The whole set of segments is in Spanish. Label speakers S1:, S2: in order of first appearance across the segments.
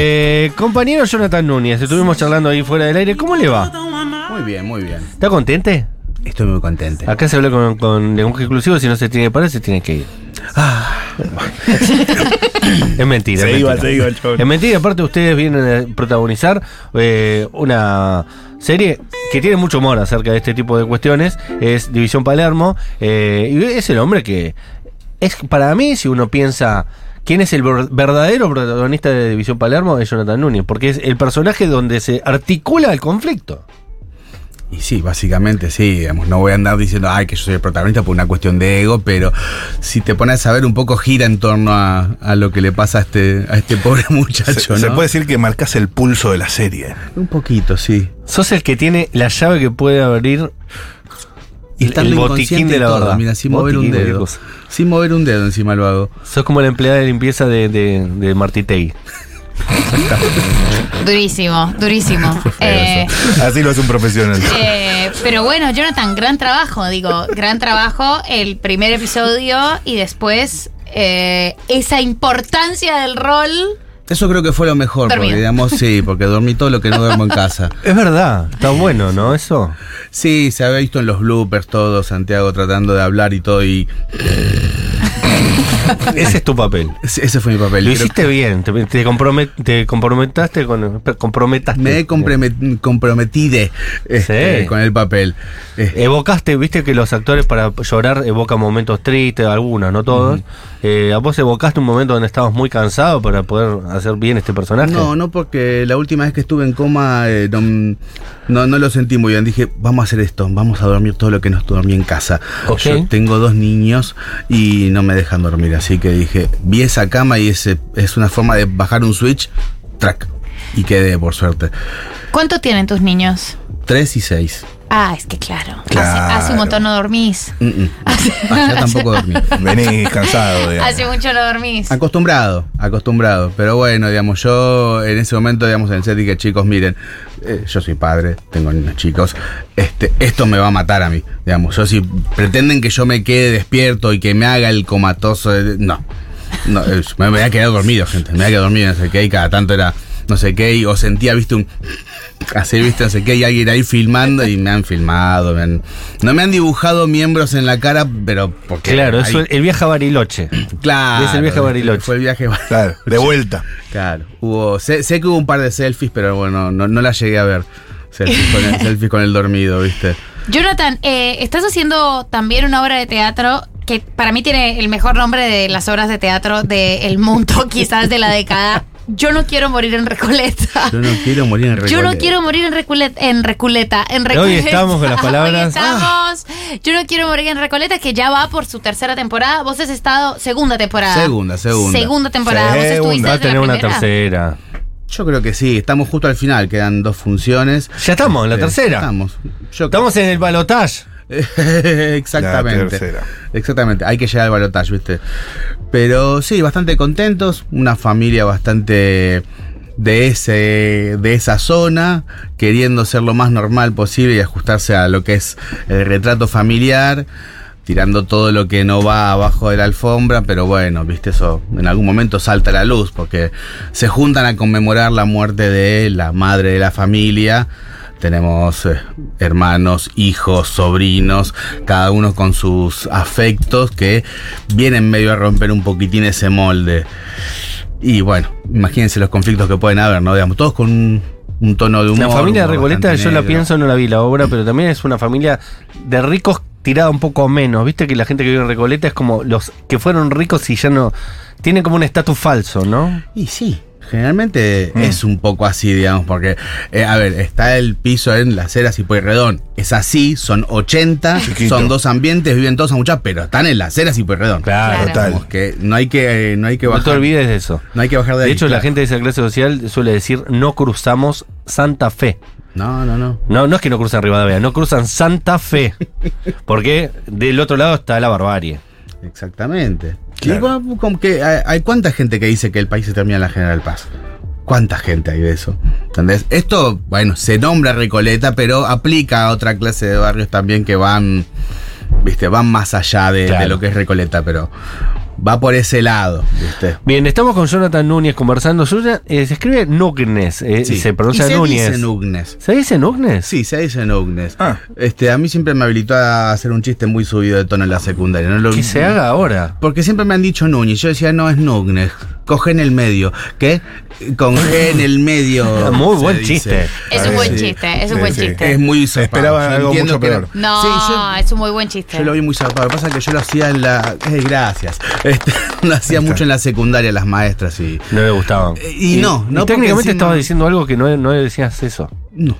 S1: Eh, Compañero Jonathan Núñez, estuvimos charlando ahí fuera del aire. ¿Cómo le va?
S2: Muy bien, muy bien.
S1: ¿Está contente?
S2: Estoy muy contento.
S1: Acá se habla con, con lenguaje inclusivo, si no se tiene que parar, se tiene que ir. es mentira.
S2: Ah. Se
S1: es
S2: iba,
S1: mentira.
S2: se iba el chabón.
S1: Es mentira, aparte ustedes vienen a protagonizar eh, una serie que tiene mucho humor acerca de este tipo de cuestiones. Es División Palermo. eh, y es el hombre que. Es para mí, si uno piensa. ¿Quién es el ver- verdadero protagonista de División Palermo? Es Jonathan Núñez, porque es el personaje donde se articula el conflicto.
S2: Y sí, básicamente sí, digamos, no voy a andar diciendo, ay, que yo soy el protagonista por una cuestión de ego, pero si te pones a ver un poco gira en torno a, a lo que le pasa a este, a este pobre
S3: Se,
S2: muchacho,
S3: se
S2: ¿no?
S3: puede decir que marcas el pulso de la serie.
S2: Un poquito, sí.
S1: Sos el que tiene la llave que puede abrir
S2: Y estando
S1: el botiquín
S2: inconsciente
S1: de la
S2: todo,
S1: verdad.
S2: Mira, sin
S1: Botiquín,
S2: mover un
S1: cualquier
S2: dedo.
S1: cosa.
S2: Sin mover un dedo encima lo hago.
S1: Sos como la empleada de limpieza de, de, de Martitei.
S4: Durísimo, durísimo. Eh,
S3: Así lo hace un profesional.
S4: eh, pero bueno, Jonathan, gran trabajo, digo, gran trabajo el primer episodio y después eh, esa importancia del rol.
S2: Eso creo que fue lo mejor,
S4: Dormido.
S2: porque digamos, sí, porque dormí todo lo que no duermo en casa.
S1: Es verdad, está bueno, ¿no? Eso.
S2: Sí, se había visto en los bloopers todo, Santiago tratando de hablar y todo, y
S1: Ese es tu papel.
S2: ese ese fue mi papel.
S1: Lo
S2: Creo
S1: hiciste bien, te, te compromet- te comprometaste con. pe- comprometaste.
S2: Me he compromet- comprometido este,
S1: Sí.
S2: con el papel. Eh,
S1: Evocaste, viste que los actores para llorar evocan momentos tristes, algunos, no todos. Eh, a vos evocaste un momento donde estabas muy cansado para poder hacer bien este personaje.
S2: no, no, porque la última vez que estuve en coma eh, no, no, no lo sentí muy bien. Dije, vamos a hacer esto, vamos a dormir todo lo que nos dormí en casa.
S1: Ok.
S2: Yo tengo dos niños y no me dejan dormir, así que dije, vi esa cama y ese, es una forma de bajar un switch, track. Y quedé, por suerte.
S4: ¿Cuánto tienen tus niños?
S2: Tres y seis.
S4: Ah, es que claro, hace-
S3: Claro.
S4: Hace, un montón no dormís.
S2: Mm, mm. Ayer tampoco dormí.
S3: Venís cansado. digamos.
S4: Hace mucho no dormís.
S2: Acostumbrado, acostumbrado. Pero bueno, digamos, yo en ese momento, digamos, en el set dije, chicos, miren, eh, yo soy padre, tengo niños chicos, este, esto me va a matar a mí. Digamos, yo si pretenden que yo me quede despierto y que me haga el comatoso, eh, no. no eh, me, me voy a quedar dormido, gente, me voy a quedar dormido, no sé qué, y cada tanto era no sé qué, y, o sentía, viste, un... Así, viste, no sé qué, y alguien ahí filmando y me han filmado, me han- no me han dibujado miembros en la cara, pero porque...
S1: Claro,
S2: ahí-
S1: eso, el viaje a Bariloche.
S2: Claro.
S1: Es el viaje a Bariloche.
S2: Fue el viaje a Bariloche.
S3: Claro, de vuelta.
S2: Claro. Hubo, sé, sé que hubo un par de selfies, pero bueno, no, no las llegué a ver. Selfies con, el, selfies con el dormido, ¿viste?
S4: Jonathan, eh, estás haciendo también una obra de teatro que para mí tiene el mejor nombre de las obras de teatro del mundo, quizás de la década. Yo no quiero morir en Recoleta.
S2: Yo no quiero morir en
S4: Yo no
S2: Recoleta.
S4: quiero morir en Recoleta. En Recoleta. En Recoleta.
S1: Hoy estamos con las
S4: Hoy
S1: palabras.
S4: estamos. Yo no quiero morir en Recoleta, que ya va por su tercera temporada. Vos has estado segunda temporada.
S2: Segunda, segunda.
S4: Segunda temporada. Vos
S3: Segunda.
S4: estuviste
S1: Va a
S4: desde la
S1: tener una
S4: primera.
S1: tercera.
S2: Yo creo que sí, estamos justo al final, quedan dos funciones.
S1: Ya estamos, en la
S2: Eh,
S1: tercera.
S2: Estamos. Yo-
S1: Estamos en el balotaje.
S2: Exactamente.
S3: La tercera.
S2: Exactamente, hay que llegar al balotaje, ¿viste? Pero sí, bastante contentos, una familia bastante de ese de esa zona, queriendo ser lo más normal posible y ajustarse a lo que es el retrato familiar, tirando todo lo que no va abajo de la alfombra, pero bueno, ¿viste eso? En algún momento salta a la luz porque se juntan a conmemorar la muerte de la madre de la familia. Tenemos eh, hermanos, hijos, sobrinos, cada uno con sus afectos que vienen medio a romper un poquitín ese molde. Y bueno, imagínense los conflictos que pueden haber, ¿no? Digamos, todos con un, un tono de humor.
S1: La familia de
S2: humor
S1: Recoleta,
S2: bastante
S1: yo la
S2: negro.
S1: pienso, no la vi la obra, pero también es una familia de ricos tirada un poco menos. Viste que la gente que vive en Recoleta es como los que fueron ricos y ya no. Tienen como un estatus falso, ¿no?
S2: Y sí, generalmente
S1: Mm.
S2: es un poco así, digamos, porque, eh, a ver, está el piso en Las Heras y Pueyrredón. Es así, son 80,
S3: Chiquito.
S2: son dos ambientes, viven todos a muchas, pero están en Las Heras y Pueyrredón.
S4: Claro.
S3: Total.
S2: Digamos que no hay que, no hay que
S1: No te
S2: bajar.
S1: olvides de eso.
S2: No hay que bajar de ahí.
S1: De hecho, la
S2: claro.
S1: gente de esa clase social suele decir no cruzamos Santa Fe.
S2: No, no, no.
S1: No, no es que no cruzan Rivadavia, no cruzan Santa Fe. Porque del otro lado está la barbarie.
S2: Exactamente.
S3: Claro.
S2: Y como- como que hay, hay cuánta gente que dice que el país se termina en la General Paz. ¿Cuánta gente hay de eso? ¿Entendés? Esto, bueno, se nombra Recoleta, pero aplica a otra clase de barrios también que van, viste, van más allá de, de
S1: Claro.
S2: lo que es Recoleta, pero va por ese lado, ¿viste?
S1: Bien, estamos con Jonathan Núñez conversando. Suya, eh, se escribe Núñez, eh,
S2: Sí.
S1: se pronuncia
S2: Y se
S1: Núñez.
S2: dice Núñez.
S1: ¿Se dice Núñez?
S2: Sí, se dice Núñez.
S3: Ah.
S2: Este, a mí siempre me habilitó a hacer un chiste muy subido de tono en la secundaria. No lo,
S1: Que se haga ahora.
S2: Porque siempre me han dicho Núñez. Yo decía, no, es Núñez. Coge en el medio. ¿Qué? Con G en el medio.
S1: Muy
S2: se
S1: buen
S2: dice.
S1: chiste.
S4: Es un
S3: Sí,
S4: buen
S3: sí.
S4: chiste, es un
S3: Sí,
S4: buen
S3: sí.
S4: chiste.
S2: Es muy zarpado.
S3: Esperaba
S2: Yo
S3: algo
S2: entiendo
S3: mucho
S2: que era-
S3: peor.
S4: No,
S2: Sí, yo-
S4: es un muy buen chiste.
S2: Yo lo vi muy zarpado. Lo que pasa es que yo lo hacía en la. eh, gracias. Este, lo hacía mucho en la secundaria, las maestras y.
S1: No le gustaban.
S2: Eh, Y no, no, porque
S1: técnicamente
S2: encima-
S1: estabas diciendo algo que no, no decías eso.
S2: No.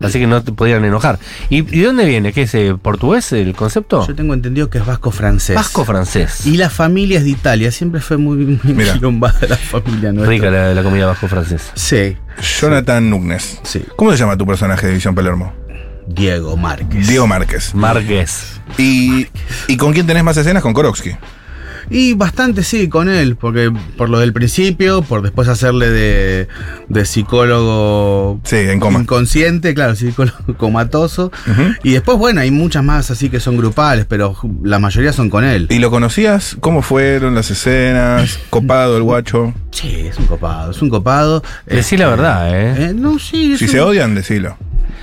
S1: Así que no te podían enojar. ¿Y, y de dónde viene? ¿Qué es eh, portugués el concepto?
S2: Yo tengo entendido que es vasco-francés.
S1: Vasco-francés.
S2: Y las familias de Italia. Siempre fue muy, muy
S3: Mirá.
S2: quilombada la familia nuestra.
S1: Rica la, la comida vasco-francés.
S2: Sí,
S3: Jonathan Núñez.
S2: sí.
S3: ¿Cómo se llama tu personaje de División Palermo?
S2: Diego Márquez.
S3: Diego Márquez.
S1: Marqués.
S3: ¿Y, ¿Y con quién tenés más escenas? Con Korowski.
S2: Y bastante sí con él, porque por lo del principio, por después hacerle de, de psicólogo
S3: Sí, en coma.
S2: inconsciente, claro, psicólogo comatoso.
S3: Ujú.
S2: Y después, bueno, hay muchas más así que son grupales, pero la mayoría son con él.
S3: ¿Y lo conocías? ¿Cómo fueron las escenas? ¿Copado el guacho?
S2: Sí, es un copado, es un copado.
S1: Decí la verdad, ¿eh?
S2: Eh, no, sí. es
S3: Si
S2: un-
S3: se odian, decilo.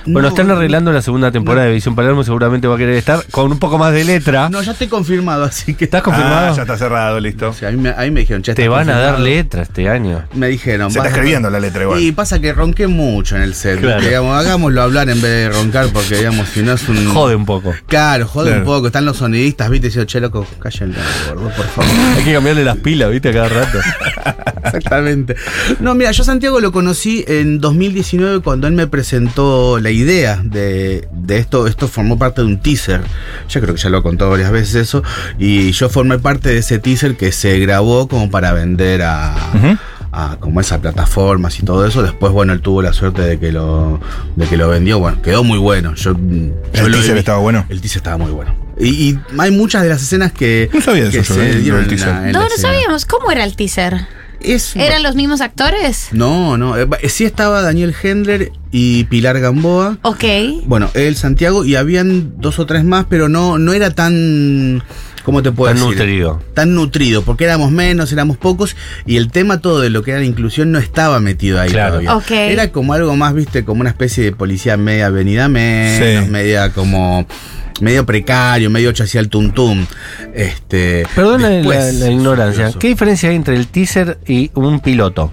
S1: Bueno,
S2: no,
S1: están arreglando la segunda temporada de Visión Palermo. Seguramente va a querer estar con un poco más de letra.
S2: No, ya estoy confirmado, así que.
S1: ¿Estás confirmado?
S3: Ah, ya está cerrado, listo.
S2: O sea, a, mí me, a mí me dijeron, ya
S1: Te
S2: estás
S1: van a dar
S2: confirmado.
S1: letra este año.
S2: Me dijeron,
S3: Se
S2: vas
S3: está
S2: a-
S3: escribiendo la letra igual.
S2: Y pasa que ronqué mucho en el set.
S1: Claro.
S2: Digamos, hagámoslo hablar en vez de roncar, porque digamos, si no es un.
S1: Jode un poco.
S2: Claro, jode
S3: Claro.
S2: un poco. Están los sonidistas, viste, diciendo, che, loco, cállenlo, gordo, por favor.
S1: Hay que cambiarle las pilas, ¿viste? A cada rato.
S2: Exactamente. No, mira, yo a Santiago lo conocí en 2019 cuando él me presentó la idea de, de esto. Esto formó parte de un teaser. Yo creo que ya lo he contado varias veces eso. Y yo formé parte de ese teaser que se grabó como para vender a.
S3: Ujú.
S2: a como esas plataformas y todo eso. Después, bueno, él tuvo la suerte de que lo, de que lo vendió. Bueno, quedó muy bueno. Yo, yo
S3: ¿El
S2: lo
S3: teaser
S2: vi.
S3: estaba bueno?
S2: El teaser estaba muy bueno. Y, y hay muchas de las escenas que.
S3: No sabía
S2: que
S3: eso yo,
S2: se
S3: eh, lo
S2: dieron
S3: del
S2: en la-
S3: teaser.
S2: en
S4: no,
S2: la
S4: no
S2: escena.
S4: sabíamos. ¿Cómo era el teaser?
S2: Es-
S4: ¿Eran los mismos actores?
S2: no, no. eh, Sí estaba Daniel Hendler y Pilar Gamboa.
S4: Ok.
S2: Bueno, él, Santiago, y habían dos o tres más, pero no, no era tan. ¿Cómo te puedo
S1: Tan
S2: decir?
S1: nutrido.
S2: Tan nutrido, porque éramos menos, éramos pocos, y el tema todo de lo que era la inclusión no estaba metido ahí
S1: Claro.
S2: todavía.
S4: Ok.
S2: Era como algo más, viste, como una especie de policía media avenida menos,
S3: Sí.
S2: media como. medio precario, medio hecho hacia el tuntum. Este.
S1: Perdón la- la,
S2: después-
S1: la ignorancia. ¿Qué diferencia hay entre el teaser y un piloto?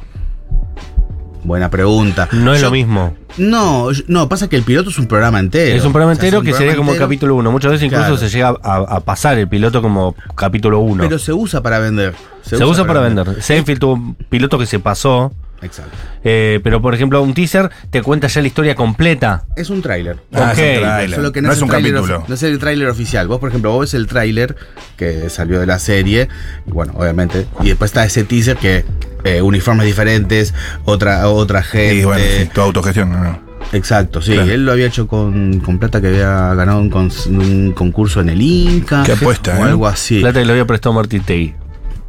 S2: Buena pregunta.
S1: No es
S2: Yo
S1: lo mismo.
S2: No, yo- no, pasa que el piloto es un programa entero.
S1: Es un programa
S2: O sea,
S1: entero
S2: es un
S1: que sería
S2: programa
S1: como el
S2: entero,
S1: capítulo 1. Muchas veces incluso
S2: Claro.
S1: se llega a, a pasar el piloto como capítulo 1.
S2: Pero se usa para vender.
S1: Se, usa, para vender. Seinfeld tuvo un piloto que se pasó.
S2: Exacto.
S1: eh, pero por ejemplo, un teaser te cuenta ya la historia completa.
S2: Es un tráiler.
S3: Ah, es un
S1: Ok.
S3: tráiler.
S2: Solo que
S3: No es
S2: el
S3: un
S2: tráiler
S3: capítulo.
S2: of- No es el tráiler oficial. Vos, por ejemplo, vos ves el tráiler que salió de la serie. y Bueno, obviamente. Y después está ese teaser que eh, uniformes diferentes, otra, otra gente.
S3: Y bueno, sí, tu autogestión, no, no.
S2: Exacto, sí.
S3: Claro.
S2: Él lo había hecho con, con plata que había ganado un, cons- un concurso en el Inca.
S3: Qué apuesta,
S2: O
S3: ¿eh?
S2: algo así.
S1: Plata que lo había prestado Martín Tegui.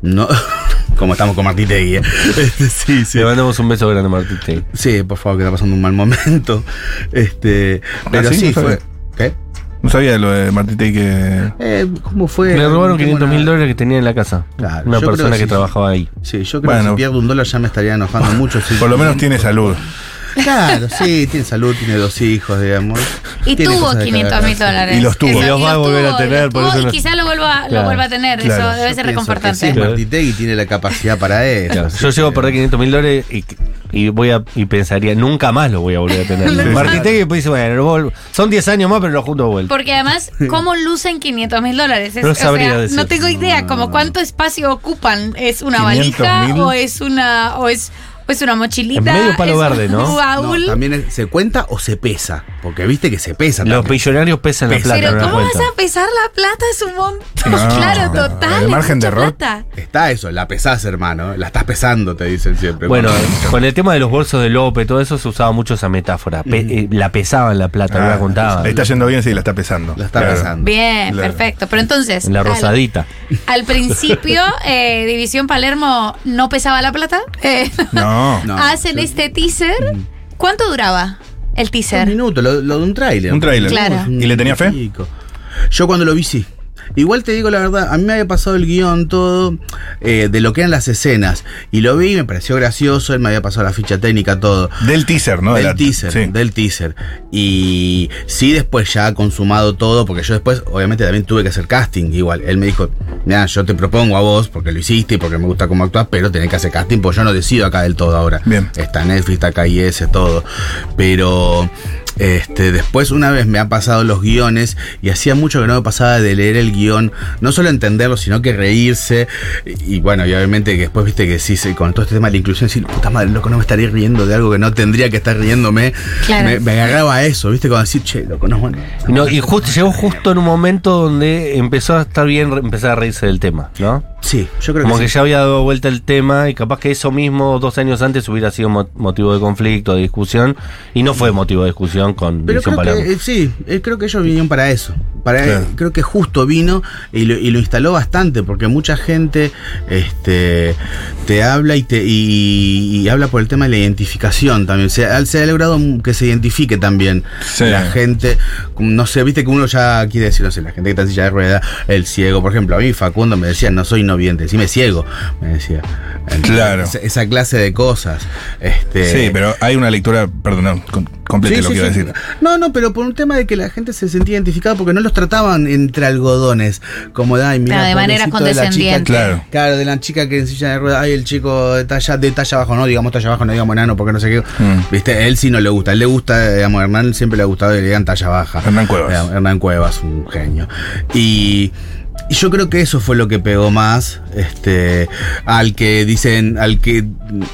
S2: No. Como estamos con Martí Tegui, ¿eh? Este, sí, sí.
S1: Le mandamos un beso grande a Martín Tegui.
S2: Sí, por favor, que está pasando un mal momento. Este, pero
S3: Ah, sí?
S2: sí,
S3: No
S2: fue.
S3: sabía.
S2: ¿Qué?
S3: No sabía lo de Martita y que.
S2: Eh, ¿Cómo fue?
S1: Le robaron
S2: No tengo
S1: 500 mil
S2: nada.
S1: dólares que tenía en la casa.
S2: Claro,
S1: Una
S2: yo creo
S1: persona
S2: que
S1: que
S2: sí.
S1: trabajaba ahí.
S2: Sí, yo creo que
S3: Bueno.
S2: si pierdo un dólar ya me estaría enojando mucho. sí.
S3: Por lo menos tiene salud.
S2: Claro, sí, tiene salud, tiene dos hijos, digamos.
S4: Y
S2: Tiene
S4: tuvo
S2: cosas de
S4: 500 mil
S2: cagar.
S4: dólares.
S3: Y los tuvo.
S4: Eso,
S1: Y los va a volver a tener, por
S4: tuvo
S1: eso
S4: y
S1: no-
S4: quizá lo vuelva,
S1: Claro.
S4: lo vuelva a tener.
S3: Claro.
S4: eso debe ser
S2: Yo pienso que
S4: reconfortante.
S2: Sí, Martitegui tiene la capacidad para eso.
S1: Claro,
S2: así
S1: yo llego a
S2: que-
S1: perder 500 mil dólares y, y voy a, y pensaría, nunca más lo voy a volver a tener.
S4: Sí,
S1: Martín
S2: sí.
S1: Tegui después dice, bueno, lo vol- son 10 años más, pero lo junto de vuelta.
S4: Porque además, ¿cómo lucen 500 mil dólares? Es-
S1: No
S4: o sea,
S1: sabría decir.
S4: no tengo idea, como cuánto espacio ocupan. ¿Es una
S3: 500.000?
S4: valija o es una, o es, o es una mochilita?
S1: Es medio palo
S4: ¿Es
S1: verde,
S4: un
S1: ¿no?
S2: No,
S4: baúl?
S2: también es- se cuenta o se pesa. Porque viste que se pesa.
S1: Los
S2: también.
S1: millonarios pesan la
S2: Pesan.
S1: plata.
S4: Pero
S1: no la
S4: ¿cómo vas
S1: cuentan.
S4: a pesar la plata? Es un montón.
S3: No,
S4: claro, total.
S3: el
S4: es
S3: margen de
S4: mucha
S3: error.
S4: plata.
S2: Está eso, la pesás, hermano. La estás pesando, te dicen siempre.
S1: Bueno, con el tema de los bolsos de Lope, todo eso se usaba mucho esa metáfora. Pe- eh, la pesaban la plata, no
S3: Ah,
S1: la contaban.
S3: Le está yendo bien, sí, la está pesando.
S2: La está
S3: Claro.
S2: pesando.
S4: Bien,
S3: Claro.
S4: perfecto. Pero entonces.
S1: La
S4: al-
S1: rosadita.
S4: Al, principio, eh, División Palermo no pesaba la plata. Eh,
S3: No.
S2: No,
S4: hacen
S2: yo-
S4: este teaser. ¿Cuánto duraba el
S2: Un
S4: teaser?
S2: minuto, lo, lo de un tráiler.
S3: Un tráiler.
S4: Claro.
S2: Es un
S3: ¿Y le tenía fe?
S2: pico. Yo cuando lo vi sí. Igual te digo la verdad, a mí me había pasado el guión todo eh, de lo que eran las escenas. Y lo vi, me pareció gracioso, él me había pasado la ficha técnica, todo.
S3: Del teaser, ¿no?
S2: Del
S3: la-
S2: teaser,
S3: sí.
S2: del teaser. Y sí, después ya ha consumado todo, porque yo después, obviamente, también tuve que hacer casting. Igual, él me dijo, mira, yo te propongo a vos, porque lo hiciste y porque me gusta cómo actúas, pero tenés que hacer casting, porque yo no decido acá del todo ahora.
S3: Bien.
S2: Está Netflix, está KIS, todo. Pero este, después una vez me han pasado los guiones y hacía mucho que no me pasaba de leer el guión, no solo entenderlo, sino que reírse. Y, y bueno, y obviamente que después viste que sí, se- con todo este tema de la inclusión, decir, puta madre, loco, no me estaría riendo de algo que no tendría que estar riéndome.
S4: Claro.
S2: Me, me agarraba a eso, viste, cuando decir, che, loco, no, bueno.
S1: No, y justo, llegó justo en un momento donde empezó a estar bien re- empezar a reírse del tema, ¿no?
S2: Sí, yo creo
S1: Como
S2: que,
S1: que
S2: sí.
S1: ya había dado vuelta el tema y capaz que eso mismo dos años antes hubiera sido mo- motivo de conflicto, de discusión, y no fue motivo de discusión con
S2: Pero
S1: Visión
S2: creo
S1: Palermo.
S2: que, eh, sí, eh, creo que ellos vinieron para eso. Para, eh,
S3: Claro.
S2: Creo que justo vino y lo, y lo instaló bastante, porque mucha gente este, te habla y, te, y, y habla por el tema de la identificación también. Se, ha- se ha logrado que se identifique también
S3: Sí.
S2: la gente. No sé, viste que uno ya quiere decir, no sé, la gente que está en silla de rueda, el ciego, por ejemplo. A mí Facundo me decía, no soy no vidente, decime ciego, me decía. Entonces,
S3: Claro.
S2: Esa, esa clase de cosas. Este,
S3: Sí, pero hay una lectura, perdón, no, com- complete
S2: Sí,
S3: lo
S2: sí,
S3: que iba a
S2: sí.
S3: decir.
S2: No, no, pero por un tema de que la gente se sentía identificada porque no los trataban entre algodones. Como de, ay, mira,
S4: Claro, de manera
S2: pobrecito la chica
S4: condescendiente.
S2: que-
S3: Claro.
S2: claro, de la chica que en silla de ruedas, ay, el chico de talla, de talla abajo, no digamos talla abajo, no digamos enano porque no sé qué.
S3: Mm.
S2: Viste, él sí no le gusta. Él le gusta, digamos, a Hernán siempre le ha gustado que le digan talla baja.
S3: Hernán Cuevas.
S2: Digamos, Eh, Hernán Cuevas, un genio. Y. y yo creo que eso fue lo que pegó más este, al que dicen, al que,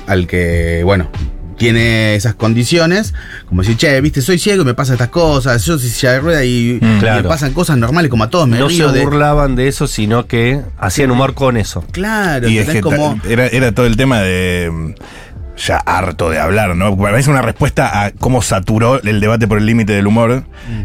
S2: al que, bueno, tiene esas condiciones, como decir, che, viste, soy ciego y me pasan estas cosas, yo soy silla de rueda y,
S3: Mm.
S2: y
S1: Claro.
S2: me pasan cosas normales como a todos, me
S1: No se
S2: río de-
S1: burlaban de eso, sino que hacían humor con eso.
S2: Claro,
S3: Y es
S2: tenés
S3: que
S2: como...
S3: ta- era, era todo el tema de mm, ya harto de hablar, ¿no? Para mí es una respuesta a cómo saturó el debate por el límite del humor.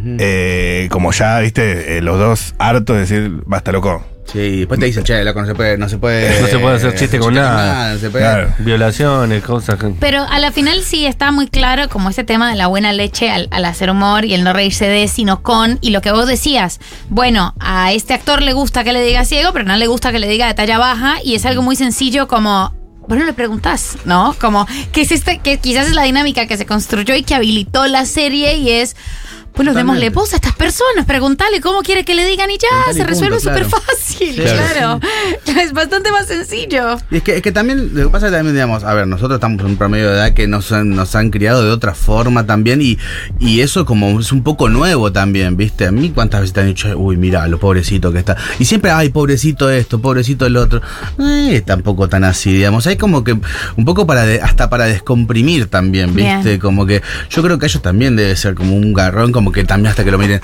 S3: Eh, como ya, viste, eh, los dos hartos de decir, basta loco.
S2: Sí, después te dicen, che, loco, no se puede, no se puede.
S1: No se puede hacer chiste con nada.
S2: no se puede.
S3: Claro.
S1: Violaciones, cosas. que-
S4: Pero a la final sí está muy claro como este tema de la buena leche al, al hacer humor y el no reírse de, sino con, y lo que vos decías, bueno, a este actor le gusta que le diga ciego, pero no le gusta que le diga de talla baja, y es algo muy sencillo como... Vos no le preguntás, ¿no? Como, ¿qué es este? Que quizás es la dinámica que se construyó y que habilitó la serie y es, pues bueno,
S2: Totalmente.
S4: démosle voz a estas personas, preguntale cómo quiere que le digan y ya,
S2: Preguntale y
S4: se resuelve
S2: punto,
S4: súper
S2: claro.
S4: fácil,
S2: Sí.
S4: claro. Es bastante más sencillo.
S2: Y es que, es que también, lo que pasa es que también, digamos, a ver, nosotros estamos en un promedio de edad que nos han, nos han criado de otra forma también y, y eso como es un poco nuevo también, ¿viste? A mí cuántas veces te han dicho, uy, mira, lo pobrecito que está. Y siempre, ay, pobrecito esto, pobrecito el otro. Eh, tampoco tan así, digamos. Hay como que un poco para de- hasta para descomprimir también, ¿viste?
S4: Bien.
S2: Como que yo creo que a ellos también debe ser como un garrón, como que también hasta que lo miren,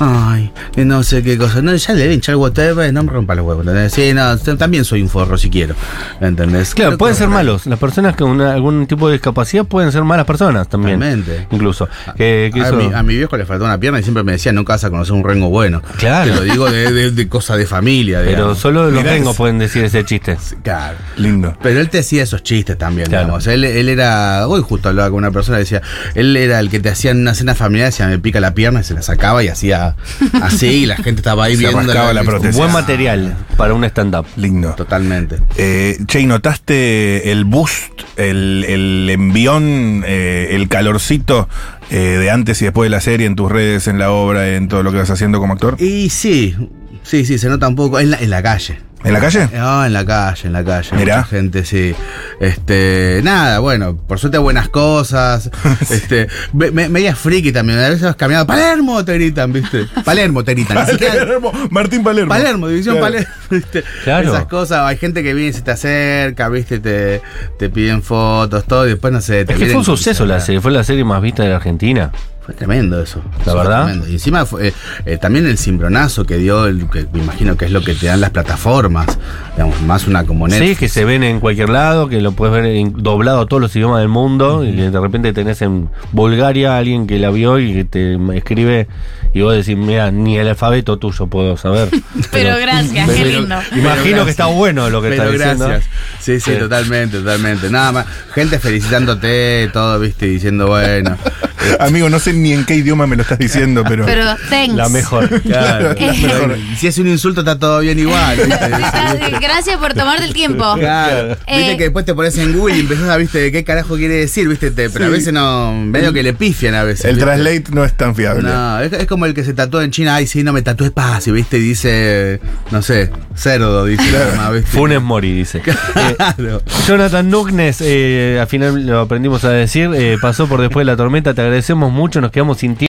S2: ay, no sé qué cosa. No, ya le deben echar whatever, no me rompa los huevos, ¿entendés? Sí, no, t- también soy un forro si quiero, ¿entendés?
S1: Claro,
S2: Creo
S1: pueden
S2: que-
S1: ser malos. Las personas con una- algún tipo de discapacidad pueden ser malas personas también.
S2: Totalmente.
S1: Incluso.
S2: A,
S1: eh, Que- que
S2: a
S1: eso-
S2: mi, a mi viejo le faltó una pierna y siempre me decía, nunca vas a conocer un rengo bueno.
S1: Claro.
S2: Te lo digo de, de- de cosa de familia,
S1: pero
S2: digamos.
S1: solo los
S3: Mirá
S1: gringos
S3: eso.
S1: pueden decir ese chiste.
S2: Claro.
S3: Lindo.
S2: Pero él te hacía esos chistes también,
S1: Claro.
S2: digamos. Él, él era. Hoy justo hablaba con una persona y decía. Él era el que te hacía en una cena familiar, decía, me pica la pierna y se la sacaba y hacía así y la gente estaba ahí
S3: Se
S2: viendo.
S3: rascaba la prótesis.
S1: Buen material para un stand-up.
S3: Lindo.
S2: Totalmente.
S3: Eh, che, ¿y notaste el boost, el, el envión, eh, el calorcito eh, de antes y después de la serie, en tus redes, en la obra, en todo lo que vas haciendo como actor?
S2: Y sí, sí, sí, se nota un poco. En la, en la calle.
S3: ¿En la calle?
S2: Ah, en la calle, en la calle.
S3: Mirá.
S2: Mucha gente, sí. Este, nada, bueno, por suerte buenas cosas. este, me- me- media friki también. A veces has caminado. ¡Palermo! te gritan, ¿viste? Palermo te gritan. ni siquiera-
S3: Palermo, Martín Palermo.
S2: Palermo, división
S3: Claro.
S2: Palermo. ¿viste?
S1: Claro.
S2: Esas cosas, hay gente que viene y se te acerca, viste, te, te piden fotos, todo, y después no sé. te
S1: Es que fue
S2: vienen
S1: un
S2: con-
S1: suceso la serie, fue la serie más vista de la Argentina.
S2: Fue tremendo eso.
S1: La
S2: Fue
S1: verdad.
S2: tremendo. Y encima fue, eh, eh, también el cimbronazo que dio, el, que me imagino que es lo que te dan las plataformas, digamos, más una como Netflix.
S1: Sí, que se ven en cualquier lado, que lo puedes ver en- doblado a todos los idiomas del mundo y que de repente tenés en Bulgaria a alguien que la vio y que te escribe y vos decís, mira, ni el alfabeto tuyo puedo saber.
S4: Pero gracias, qué
S1: pero-
S4: lindo.
S1: Imagino
S2: gracias.
S1: que está bueno lo que está
S2: Pero
S1: diciendo. ¿eh?
S2: gracias. Sí, sí,
S1: Sí.
S2: totalmente, totalmente. Nada más. Gente felicitándote, todo, viste, diciendo, bueno,
S3: Amigo, no sé ni en qué idioma me lo estás diciendo, pero.
S4: Pero thanks.
S1: La mejor.
S2: Claro.
S3: Claro,
S4: la
S2: Pero,
S3: mejor.
S2: si es un insulto está todo bien igual. ¿viste?
S4: Gracias- Gracias por tomarte el tiempo.
S2: Claro.
S4: Eh,
S2: viste que después te pones en Google y empezás a viste qué carajo quiere decir, viste, te- pero a
S3: Sí.
S2: veces no, medio que le pifian a veces.
S3: El
S2: ¿viste?
S3: translate no es tan fiable.
S2: No, es, es como el que se tatuó en China, ay sí, no me tatué espacio, viste, y dice, no sé, cerdo, dice la mamá, viste.
S1: Funes Mori dice. Eh,
S2: Claro.
S1: Jonathan Nugnes, eh, al final lo aprendimos a decir, eh, pasó por después de la tormenta, te agradecemos mucho, nos quedamos sin tiempo.